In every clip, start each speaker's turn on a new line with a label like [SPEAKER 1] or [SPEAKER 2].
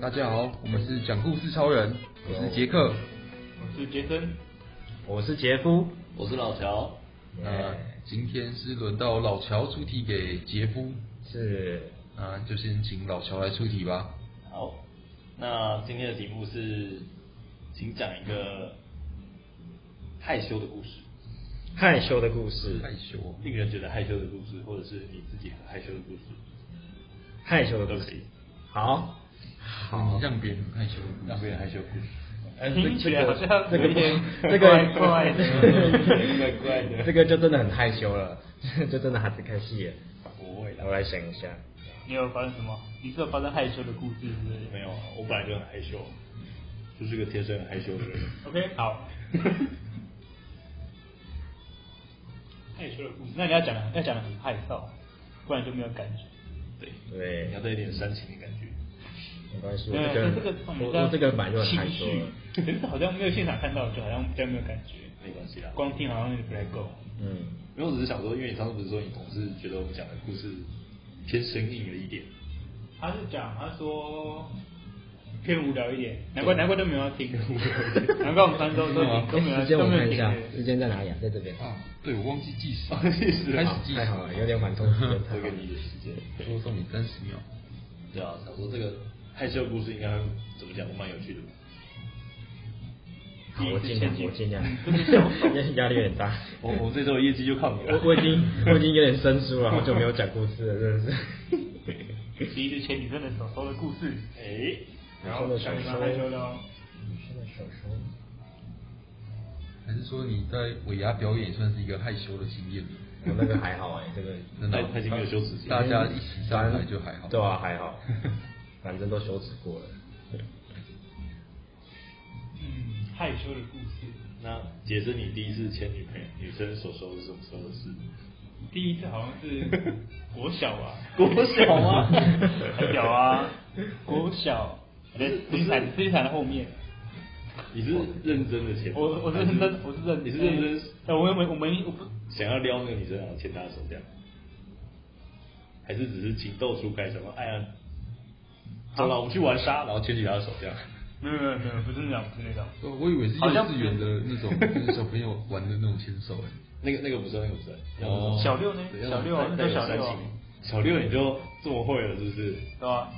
[SPEAKER 1] 大家好，我们是讲故事超人，我是杰克。
[SPEAKER 2] 我是杰森，
[SPEAKER 3] 我是杰夫，呃
[SPEAKER 4] 我是老乔，
[SPEAKER 1] 那今天是轮到老乔出题给杰夫，
[SPEAKER 3] 是
[SPEAKER 1] 那就先请老乔来出题吧。
[SPEAKER 4] 好，那今天的题目是，请讲一个害羞的故事，
[SPEAKER 3] 害羞的故事，
[SPEAKER 1] 害羞哦，
[SPEAKER 4] 令人觉得害羞的故事，或者是你自己很害羞的故事，
[SPEAKER 3] 害羞的故
[SPEAKER 4] 都可
[SPEAKER 3] 事
[SPEAKER 4] 以。。
[SPEAKER 3] 好，
[SPEAKER 1] 你让别人很害羞的故事，
[SPEAKER 4] 让别人害羞的故事，
[SPEAKER 2] 听起来 好像
[SPEAKER 3] 哎这
[SPEAKER 2] 有
[SPEAKER 3] 个
[SPEAKER 2] 一点
[SPEAKER 3] 这个
[SPEAKER 2] 怪怪的，
[SPEAKER 4] 怪怪的
[SPEAKER 3] 这个就真的很害羞了， 就真的还是开戏了。
[SPEAKER 4] 不会啦
[SPEAKER 3] 我来想一下，
[SPEAKER 2] 你有发生什么？你是有发生害羞的故事之类的
[SPEAKER 4] 没有啊，我本来就很害羞，就是个天生很害羞的人。
[SPEAKER 2] ？OK，好。害羞的故事，那你要讲的要讲的很害臊，不然就没有感觉。
[SPEAKER 4] 对，
[SPEAKER 3] 对
[SPEAKER 4] 你要，带一点煽情的感觉。
[SPEAKER 3] 没关系，我
[SPEAKER 2] 对，啊这
[SPEAKER 3] 这
[SPEAKER 2] 个
[SPEAKER 3] 个
[SPEAKER 2] 我
[SPEAKER 3] 我
[SPEAKER 2] 们
[SPEAKER 3] 我这个本来就很害羞
[SPEAKER 2] 情绪
[SPEAKER 3] 了。，
[SPEAKER 2] 可是 好像没有现场看到，就好像比较没有感觉。
[SPEAKER 4] 没关系啦
[SPEAKER 2] 光听好像也不太够。
[SPEAKER 3] 嗯，
[SPEAKER 4] 因为我只是想说，因为你上次不是说你同事觉得我们讲的故事偏生硬了一点，
[SPEAKER 2] 他是讲他说偏无聊一点，难怪难怪都没有要听， 难怪我们三周都没都没有
[SPEAKER 3] 哎时间
[SPEAKER 2] 都
[SPEAKER 3] 我
[SPEAKER 2] 没有
[SPEAKER 3] 看一
[SPEAKER 2] 听
[SPEAKER 3] 下，
[SPEAKER 2] 的
[SPEAKER 3] 时间在哪里啊？在这边。
[SPEAKER 1] 啊，对我忘记计 时，
[SPEAKER 4] 忘记计时
[SPEAKER 1] 开始
[SPEAKER 4] 好
[SPEAKER 1] 计时
[SPEAKER 3] 啊太，好了，有点缓冲 时间，
[SPEAKER 4] 多给你一点时间。
[SPEAKER 1] 多送你三十秒。
[SPEAKER 4] 对啊，想说这个害羞的故事应该会怎么讲都蛮有趣的吧。
[SPEAKER 3] 好，我尽量，我尽量
[SPEAKER 2] 嗯真的小，
[SPEAKER 3] 压力有 点大。
[SPEAKER 4] 我我们这周的业绩就靠你了
[SPEAKER 3] 我。我已经我已经有点生疏了，好久没有讲故事了，真的是。
[SPEAKER 2] 第一是前女生的手手的故事，
[SPEAKER 4] 哎，
[SPEAKER 2] 然后小女生害羞的哦，
[SPEAKER 3] 女生的手手，
[SPEAKER 1] 还是说你在尾牙表演也算是一个害羞的经验？
[SPEAKER 3] 我那个还好哎，这个
[SPEAKER 1] 真的哦
[SPEAKER 4] 他他已经没有羞耻心
[SPEAKER 1] 大家一起上来就还好。
[SPEAKER 3] 对啊，还好，反正都羞耻过了。
[SPEAKER 2] 嗯，害羞的故事。
[SPEAKER 4] 那杰森，你第一次牵女朋友女生手手是什么时候的事？
[SPEAKER 2] 第一次好像是 国小吧，
[SPEAKER 4] 国小吗？
[SPEAKER 2] 很屌 啊，国小，在资讯台资讯台的后面。
[SPEAKER 4] 你是认真的牵？
[SPEAKER 2] 我我是认真，我是认，
[SPEAKER 4] 你是认真
[SPEAKER 2] 哎，我们我们我不
[SPEAKER 4] 想要撩那个女生，然后牵她的手这样，还是只是情窦初开什么？哎呀，走了，我们去玩沙，然后牵起她的手这样。
[SPEAKER 2] 没有没有没有，不是那种，不是那种。
[SPEAKER 1] 哦我以为是幼
[SPEAKER 2] 好像不
[SPEAKER 1] 稚
[SPEAKER 2] 是
[SPEAKER 1] 园的那种，就是小朋友玩的那种牵手哎。
[SPEAKER 4] 那个那个不是，那个不是。要那
[SPEAKER 1] 哦
[SPEAKER 4] 种
[SPEAKER 2] 小六呢
[SPEAKER 4] 对要
[SPEAKER 2] 小
[SPEAKER 4] 那
[SPEAKER 2] 六
[SPEAKER 4] 种
[SPEAKER 2] 啊那
[SPEAKER 4] 带
[SPEAKER 2] 叫小六啊
[SPEAKER 4] 带有煽情小六你就这么会了是不是？
[SPEAKER 2] 对啊吧？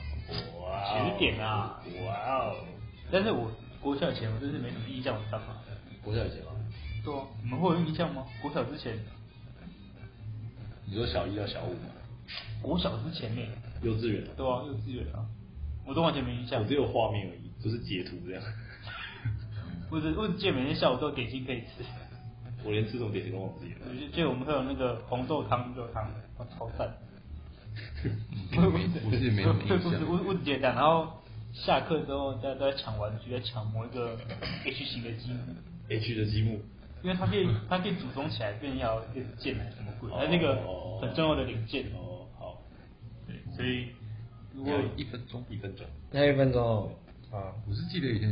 [SPEAKER 4] 哇哦
[SPEAKER 2] 指点啊！
[SPEAKER 4] 哇哦！
[SPEAKER 2] 但是我国小以前我真是没什么印象我干嘛的。
[SPEAKER 4] 国小以前吗？
[SPEAKER 2] 对啊，你们会有印象吗？国小之前，
[SPEAKER 4] 你说小一到小五吗？
[SPEAKER 2] 国小之前呢？
[SPEAKER 4] 幼稚园啊
[SPEAKER 2] 对啊，幼稚园啊，我都完全没印象
[SPEAKER 4] 我只。有画面而已，就是截图这样。
[SPEAKER 2] 我只我只记得每天下午都有点心可以吃，
[SPEAKER 4] 我连吃什么点心都忘记
[SPEAKER 2] 我
[SPEAKER 4] 了。
[SPEAKER 2] 就记得我们会有那个红豆汤、绿豆汤，哦哇超赞。
[SPEAKER 1] 嗯我也没我是没什么印
[SPEAKER 2] 对不是
[SPEAKER 1] 象。
[SPEAKER 2] 我我只记得这样，然后下课之后大家都在抢玩具，在抢某一 个 H 型的积木。
[SPEAKER 4] H 的积木，
[SPEAKER 2] 因为它可以，它可以组装起来变要一个剑还是什么鬼，它哎那个
[SPEAKER 4] 哦
[SPEAKER 2] 很重要的零件。
[SPEAKER 4] 哦，好，
[SPEAKER 2] 对，所以如
[SPEAKER 1] 我
[SPEAKER 2] 果
[SPEAKER 1] 一分钟，
[SPEAKER 4] 一分钟。
[SPEAKER 3] 还有一分钟哦，啊，
[SPEAKER 1] 我是记得以前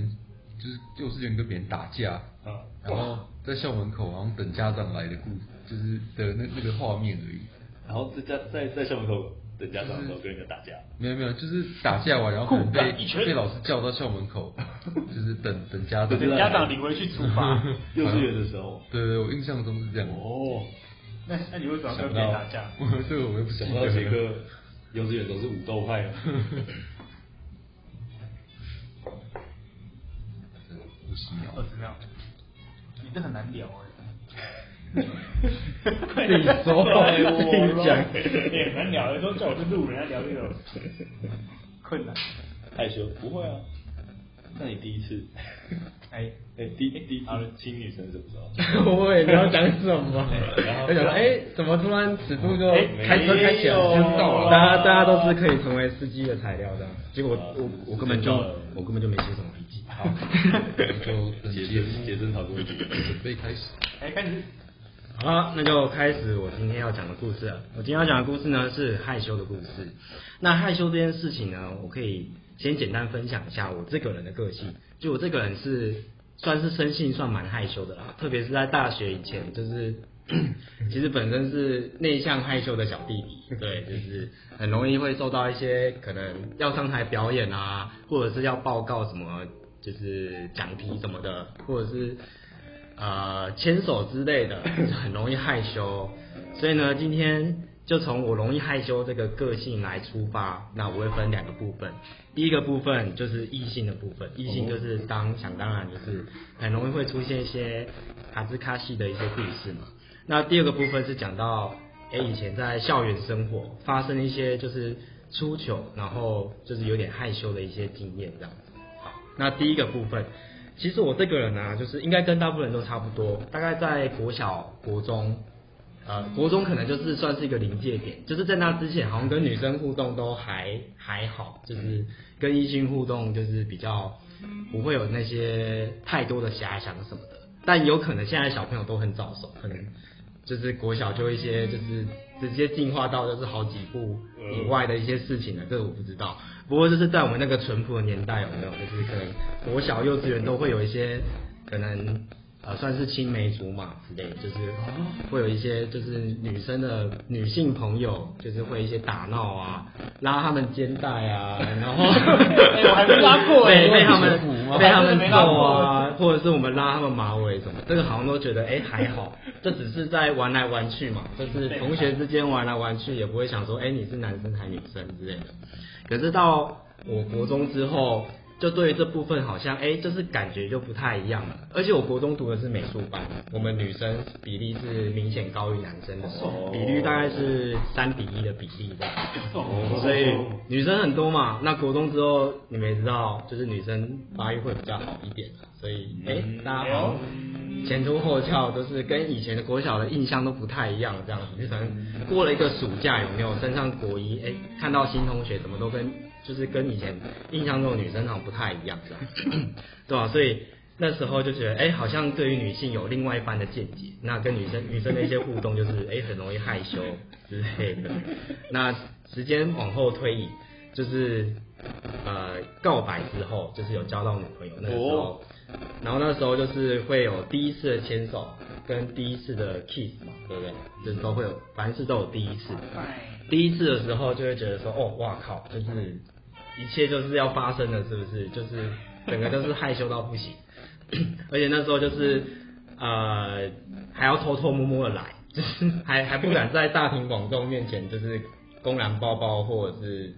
[SPEAKER 1] 就是幼稚园跟别人打架，
[SPEAKER 4] 嗯，
[SPEAKER 1] 然后在校门口好像等家长来的故，就是的那那个画面而已。
[SPEAKER 4] 然后在家在在校门口等家长的时候跟人家打架，
[SPEAKER 1] 没有没有，就是打架完，然后可能被
[SPEAKER 2] 酷打一拳
[SPEAKER 1] 被老师叫到校门口，就是等等家长。
[SPEAKER 2] 等家长领回去处 罚，
[SPEAKER 4] 幼稚园的时候。
[SPEAKER 1] 对对，我印象中是这样。
[SPEAKER 4] 哦，
[SPEAKER 2] 那那你为什么要
[SPEAKER 4] 想
[SPEAKER 2] 跟
[SPEAKER 4] 不
[SPEAKER 2] 别人
[SPEAKER 4] 到
[SPEAKER 2] 打架？，
[SPEAKER 1] 这个我也不记
[SPEAKER 4] 想
[SPEAKER 1] 得
[SPEAKER 4] 不到
[SPEAKER 1] 了
[SPEAKER 4] 杰 克幼稚园都是武斗派的。
[SPEAKER 1] 五十秒
[SPEAKER 2] 二，十秒，你这很难聊哎。
[SPEAKER 3] 自己说，自己讲，
[SPEAKER 2] 也很难聊，有时候叫我是路人来聊这种，困难。
[SPEAKER 4] 害羞？不会啊。那你第一次，
[SPEAKER 2] 哎，
[SPEAKER 4] 哎，第第一次哦亲女生什么时候？
[SPEAKER 3] 我也不知道讲什么
[SPEAKER 4] 然后，
[SPEAKER 3] 我想说，哎，怎么突然此处就
[SPEAKER 2] 哎
[SPEAKER 3] 开车开起来
[SPEAKER 4] 没有
[SPEAKER 3] 了？
[SPEAKER 4] 先到了
[SPEAKER 3] 大家大家都是可以成为司机的材料的，结果
[SPEAKER 4] 啊
[SPEAKER 3] 我我我根本就
[SPEAKER 4] 时间到了
[SPEAKER 3] 我根本就没写什么笔记。好，
[SPEAKER 1] 就等
[SPEAKER 4] 杰
[SPEAKER 1] 节
[SPEAKER 4] 森
[SPEAKER 1] 目
[SPEAKER 4] 杰森逃过一劫。
[SPEAKER 1] 准备开始。
[SPEAKER 2] 哎，开始。
[SPEAKER 3] 好了，那就开始我今天要讲的故事了。我今天要讲的故事呢是害羞的故事。那害羞这件事情呢，我可以先简单分享一下我这个人的个性。就我这个人是算是生性算蛮害羞的啦，特别是在大学以前，就是 其实本身是内向害羞的小弟弟，对，就是很容易会受到一些可能要上台表演啊，或者是要报告什么，就是讲题什么的，或者是呃牵手之类的， 就是很容易害羞。所以呢，今天就从我容易害羞这个个性来出发，那我会分两个部分。第一个部分就是异性的部分，异性就是当想当然就是很容易会出现一些哈兹卡西的一些故事嘛。那第二个部分是讲到，哎、以前在校园生活发生一些就是出糗，然后就是有点害羞的一些经验这样子。好，那第一个部分，其实我这个人呢、啊，就是应该跟大部分人都差不多，大概在国小、国中，呃，国中可能就是算是一个临界点，就是在那之前，好像跟女生互动都还还好，就是跟异性互动就是比较不会有那些太多的遐想什么的。但有可能现在小朋友都很早熟，可能就是国小就一些就是直接进化到就是好几步
[SPEAKER 2] 嗯
[SPEAKER 3] 以外的一些事情了，这个我不知道。不过就是在我们那个淳朴的年代，有没有就是可能国小、幼稚园都会有一些可能呃算是青梅竹马之类，就是
[SPEAKER 2] 哦
[SPEAKER 3] 会有一些就是女生的女性朋友，就是会一些打闹啊，拉他们肩带啊， 然后
[SPEAKER 2] 我还没拉过哎
[SPEAKER 3] 被被他们被他们
[SPEAKER 2] 我还真的没拉
[SPEAKER 3] 揍
[SPEAKER 2] 过哎
[SPEAKER 3] 啊，或者是我们拉他们马尾什么，这个好像都觉得哎、还好，这只是在玩来玩去嘛，就是同学之间玩来玩去，也不会想说哎、你是男生还是女生之类的。可是到我国中之后，就对于这部分好像哎、就是感觉就不太一样了。而且我国中读的是美术班，我们女生比例是明显高于男生的，比率大概是三比一的比例这样。所以女生很多嘛，那国中之后你们也知道，就是女生发育会比较好一点，所以哎、大家好像前凸后翘，都是跟以前的国小的印象都不太一样，这样子就可能过了一个暑假，有没有升上国一，哎、看到新同学怎么都跟就是跟以前印象中的女生好像不太一样，这样对吧、啊所以那时候就觉得，哎、好像对于女性有另外一番的见解。那跟女生女生的一些互动，就是哎、很容易害羞之类的。那时间往后推移，就是呃，告白之后，就是有交到女朋友那个时候，然后那时候就是会有第一次的牵手跟第一次的 kiss 嘛，对不对？就是都会有，凡事都有第一次。
[SPEAKER 2] 哎
[SPEAKER 3] 第一次的时候就会觉得说，哦，哇靠，就是一切就是要发生了，是不是？就是整个都是害羞到不行， 而且那时候就是呃还要偷偷摸摸的来，就是还还不敢在大庭广众面前就是公然抱抱或者是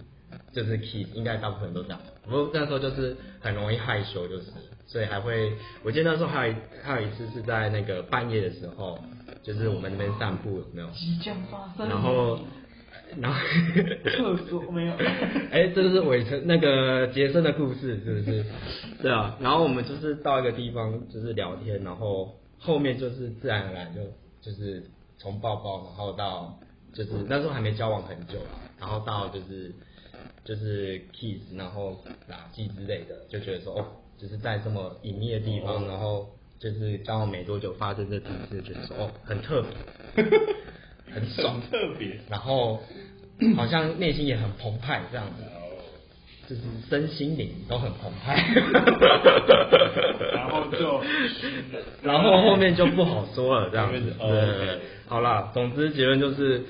[SPEAKER 3] 就是 kiss，应该大部分人都这样。不过那时候就是很容易害羞，就是所以还会，我记得那时候还有一还有一次是在那个半夜的时候，就是我们那边散步有没有？
[SPEAKER 2] 即将发生。
[SPEAKER 3] 然后，然后，
[SPEAKER 2] 厕 所没有
[SPEAKER 3] 哎、这就是尾声那个杰森的故事，是不是？对啊，然后我们就是到一个地方，就是聊天，然后后面就是自然而然就就是从抱抱，然后到就是那时候还没交往很久啊，然后到就是就是 kiss，然后打击之类的，就觉得说哦，就是在这么隐秘的地方，然后就是交往没多久发生这第一次，觉得说哦，很特别，很爽，
[SPEAKER 4] 特别。
[SPEAKER 3] 然后好像内心也很澎湃这样子，就是身心灵都很澎 湃，
[SPEAKER 2] 然后就
[SPEAKER 3] 然后后面就不好说了这样子。
[SPEAKER 4] 哦
[SPEAKER 3] 对对对
[SPEAKER 4] OK
[SPEAKER 3] 好啦，总之结论就是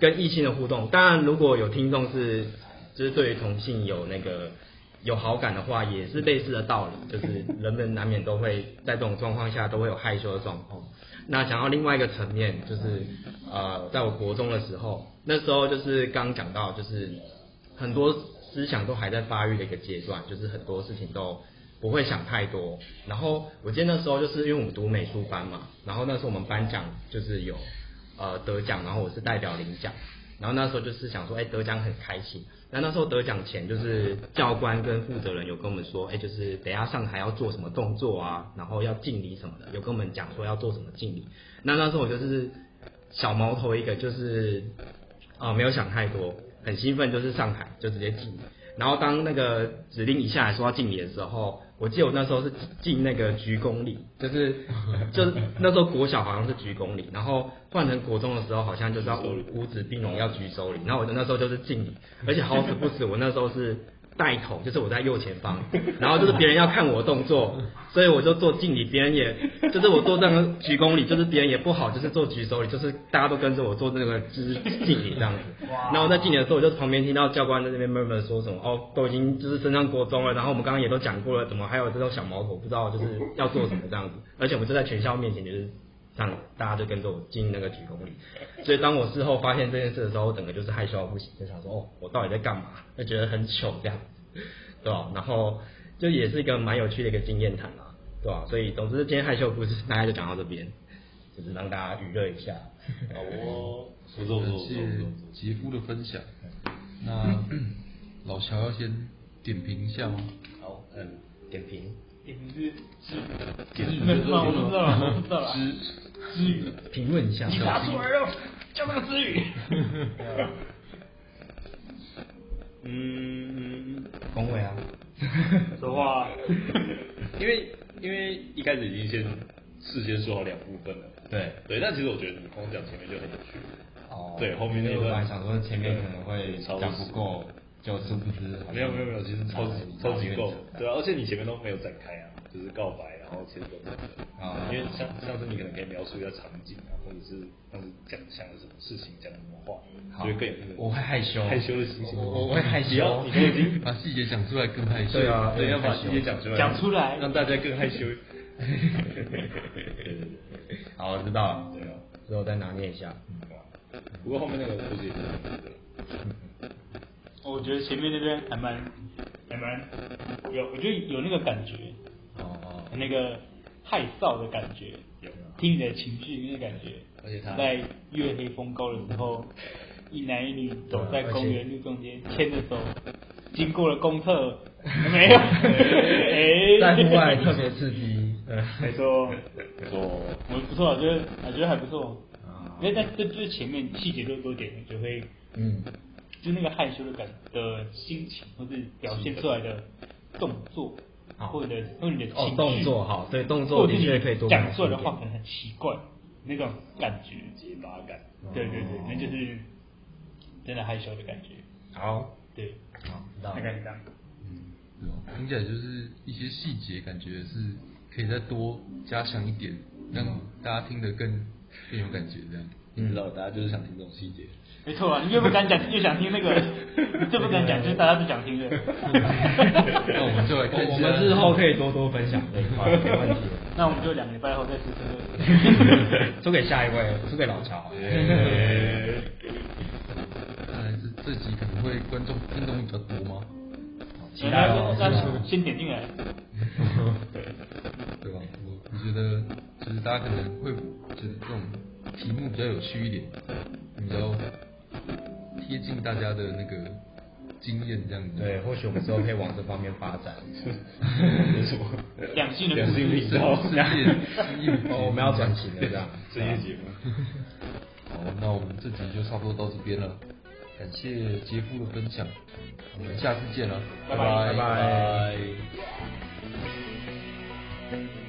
[SPEAKER 3] 跟异性的互动。当然，如果有听众是就是对于同性有那个有好感的话，也是类似的道理，就是人们难免都会在这种状况下都会有害羞的状况。那讲到另外一个层面，就是呃，在我国中的时候，那时候就是刚讲到，就是很多思想都还在发育的一个阶段，就是很多事情都不会想太多。然后我记得那时候就是因为我们读美术班嘛，然后那时候我们班奖就是有呃得奖，然后我是代表领奖。然后那时候就是想说，哎，得奖很开心。那那时候得奖前，就是教官跟负责人有跟我们说，哎，就是等一下上台要做什么动作啊，然后要敬礼什么的，有跟我们讲说要做什么敬礼。那那时候我就是小毛头一个，就是啊、没有想太多，很兴奋，就是上台就直接敬礼。然后当那个指令一下来说要敬礼的时候，我记得我那时候是敬那个鞠躬礼，就是就是那时候国小好像是鞠躬礼，然后换成国中的时候好像就是要五五指并拢要举手礼，然后我就那时候就是敬礼，而且好死不死我那时候是带头，就是我在右前方， 然后就是别人要看我动作，所以我就做敬礼，别人也就是我做这个鞠躬礼，就是别人也不好，就是做举手礼，就是大家都跟着我做这个 就是敬礼这样子。然后我在敬礼的时候，我就旁边听到教官在那边闷闷说什么，哦，都已经就是升上国中了，然后我们刚刚也都讲过了，怎么还有这种小毛头不知道就是要做什么这样子，而且我们就在全校面前就是。这样大家就跟着我进那个鞠躬礼。所以当我事后发现这件事的时候，我整个就是害羞到不行，就想说哦，我到底在干嘛？就觉得很糗这样子，对吧、然后就也是一个蛮有趣的一个经验谈啦，对吧、所以总之今天害羞的故事 大概就讲到这边，就是让大家娱乐一下。
[SPEAKER 4] 好哦，不错不
[SPEAKER 1] 感
[SPEAKER 4] 错不错
[SPEAKER 1] 谢
[SPEAKER 4] 不错不错。
[SPEAKER 1] 杰夫的分享。那老乔要先点评一下吗？
[SPEAKER 3] 好，嗯，点评
[SPEAKER 2] 也不是知，
[SPEAKER 4] 点
[SPEAKER 2] 不知道，我不知道啦，我不知道啦。知语，
[SPEAKER 3] 评论一下，
[SPEAKER 2] 你打出来了，叫那个知语。嗯，
[SPEAKER 3] 宏 伟啊，
[SPEAKER 2] 说
[SPEAKER 3] 啊
[SPEAKER 2] 话，
[SPEAKER 4] 因为因为一开始已经先事先说好两部分了，
[SPEAKER 3] 对，
[SPEAKER 4] 对，但其实我觉得你光讲前面就很有趣，
[SPEAKER 3] 哦
[SPEAKER 4] 对后面那
[SPEAKER 3] 因为我
[SPEAKER 4] 段
[SPEAKER 3] 本来想说前面可能会
[SPEAKER 4] 对超
[SPEAKER 3] 讲不够，就殊不知好像
[SPEAKER 4] 没有没有没有，其
[SPEAKER 3] 嗯
[SPEAKER 4] 实超级
[SPEAKER 3] 大
[SPEAKER 4] 超
[SPEAKER 3] 家
[SPEAKER 4] 级
[SPEAKER 3] 有点
[SPEAKER 4] 够
[SPEAKER 3] 扯，
[SPEAKER 4] 对啊，而且你前面都没有展开啊，就是告白，然后牵手等等，
[SPEAKER 3] 啊
[SPEAKER 4] 因为像像是你可能可以描述一下场景啊，或者是当时讲想了什么事情，讲什么话，
[SPEAKER 3] 好
[SPEAKER 4] 就会更有那个
[SPEAKER 3] 我会害羞
[SPEAKER 4] 害羞的心情，
[SPEAKER 3] 我我会害羞
[SPEAKER 4] 你要你都已经
[SPEAKER 1] 把细节讲出来更害羞。
[SPEAKER 3] 对啊
[SPEAKER 4] 对要把细节讲出来，
[SPEAKER 2] 讲出来
[SPEAKER 4] 让大家更害羞。
[SPEAKER 3] 好，我知道了，
[SPEAKER 4] 对啊，
[SPEAKER 3] 之后再拿捏一下。
[SPEAKER 4] 对啊不过后面那个估计也是蛮多
[SPEAKER 3] 嗯
[SPEAKER 4] 的。
[SPEAKER 2] 哦我觉得前面那边还蛮还蛮有，我觉得有那个感觉，
[SPEAKER 3] 哦
[SPEAKER 2] 有那个害臊的感觉，
[SPEAKER 4] 有啊
[SPEAKER 2] 听你的情绪那个感觉。
[SPEAKER 4] 而且他
[SPEAKER 2] 在月黑风高的时候，一男一女走在公园路中间，牵着手，经过了 公厕，没有，哎，
[SPEAKER 3] 在户外特别刺 激。对
[SPEAKER 2] 没错，
[SPEAKER 4] 说
[SPEAKER 2] 我不错，我觉得我觉得还不错。
[SPEAKER 3] 啊
[SPEAKER 2] 因为但这就是前面细节都多点，就会
[SPEAKER 3] 嗯，
[SPEAKER 2] 就那个害羞的感的心情，或是表现出来的动作，
[SPEAKER 3] 好
[SPEAKER 2] 或者或者你的情
[SPEAKER 3] 啊哦
[SPEAKER 2] 绪，，
[SPEAKER 3] 动作好，所以动作
[SPEAKER 2] 或者
[SPEAKER 3] 的
[SPEAKER 2] 是
[SPEAKER 3] 确
[SPEAKER 2] 你
[SPEAKER 3] 可以多
[SPEAKER 2] 讲出来的话，可
[SPEAKER 3] 描述
[SPEAKER 2] 能很奇怪那种感觉。
[SPEAKER 4] 结巴感，
[SPEAKER 3] 哦
[SPEAKER 2] 对对对，那就是真的害羞的感觉。
[SPEAKER 3] 一点。好，
[SPEAKER 2] 对，
[SPEAKER 3] 好，知道
[SPEAKER 2] 大
[SPEAKER 3] 了。
[SPEAKER 2] 概是这样。
[SPEAKER 1] 对吧听起来就是一些细节，感觉是可以再多加强一点，让大家听得更更有感觉这样。
[SPEAKER 4] 你知道，大家就是想听这种细节。
[SPEAKER 2] 没错啊，你越不敢讲，越想听 那个；你最不敢讲，就是大家都想听的。
[SPEAKER 1] 那我们就来看一下，
[SPEAKER 3] 我们日后可以多多分享这一块，没问题。
[SPEAKER 2] 那我们就两个礼拜后再试试。
[SPEAKER 3] 输给下一位，输给老乔。
[SPEAKER 1] 看来是这集可能会观众听众比较多吗？
[SPEAKER 3] 期待哦
[SPEAKER 2] 那那先点进来。
[SPEAKER 1] 对吧？我我觉得就是大家可能会觉得这种题目比较有趣一点，比较贴近大家的那个经验这样子。
[SPEAKER 3] 对，或许我们之后可以往这方面发 展。
[SPEAKER 4] 有什么？
[SPEAKER 2] 两性的
[SPEAKER 4] 哦 两性频道，
[SPEAKER 1] 世界世界
[SPEAKER 3] 哦，我们要转型了，这样。
[SPEAKER 4] 深夜节目。
[SPEAKER 1] 好，那我们这集就差不多到这边了，感谢杰夫的分享，我们下次见了，
[SPEAKER 2] 拜拜
[SPEAKER 3] 拜拜
[SPEAKER 1] 拜拜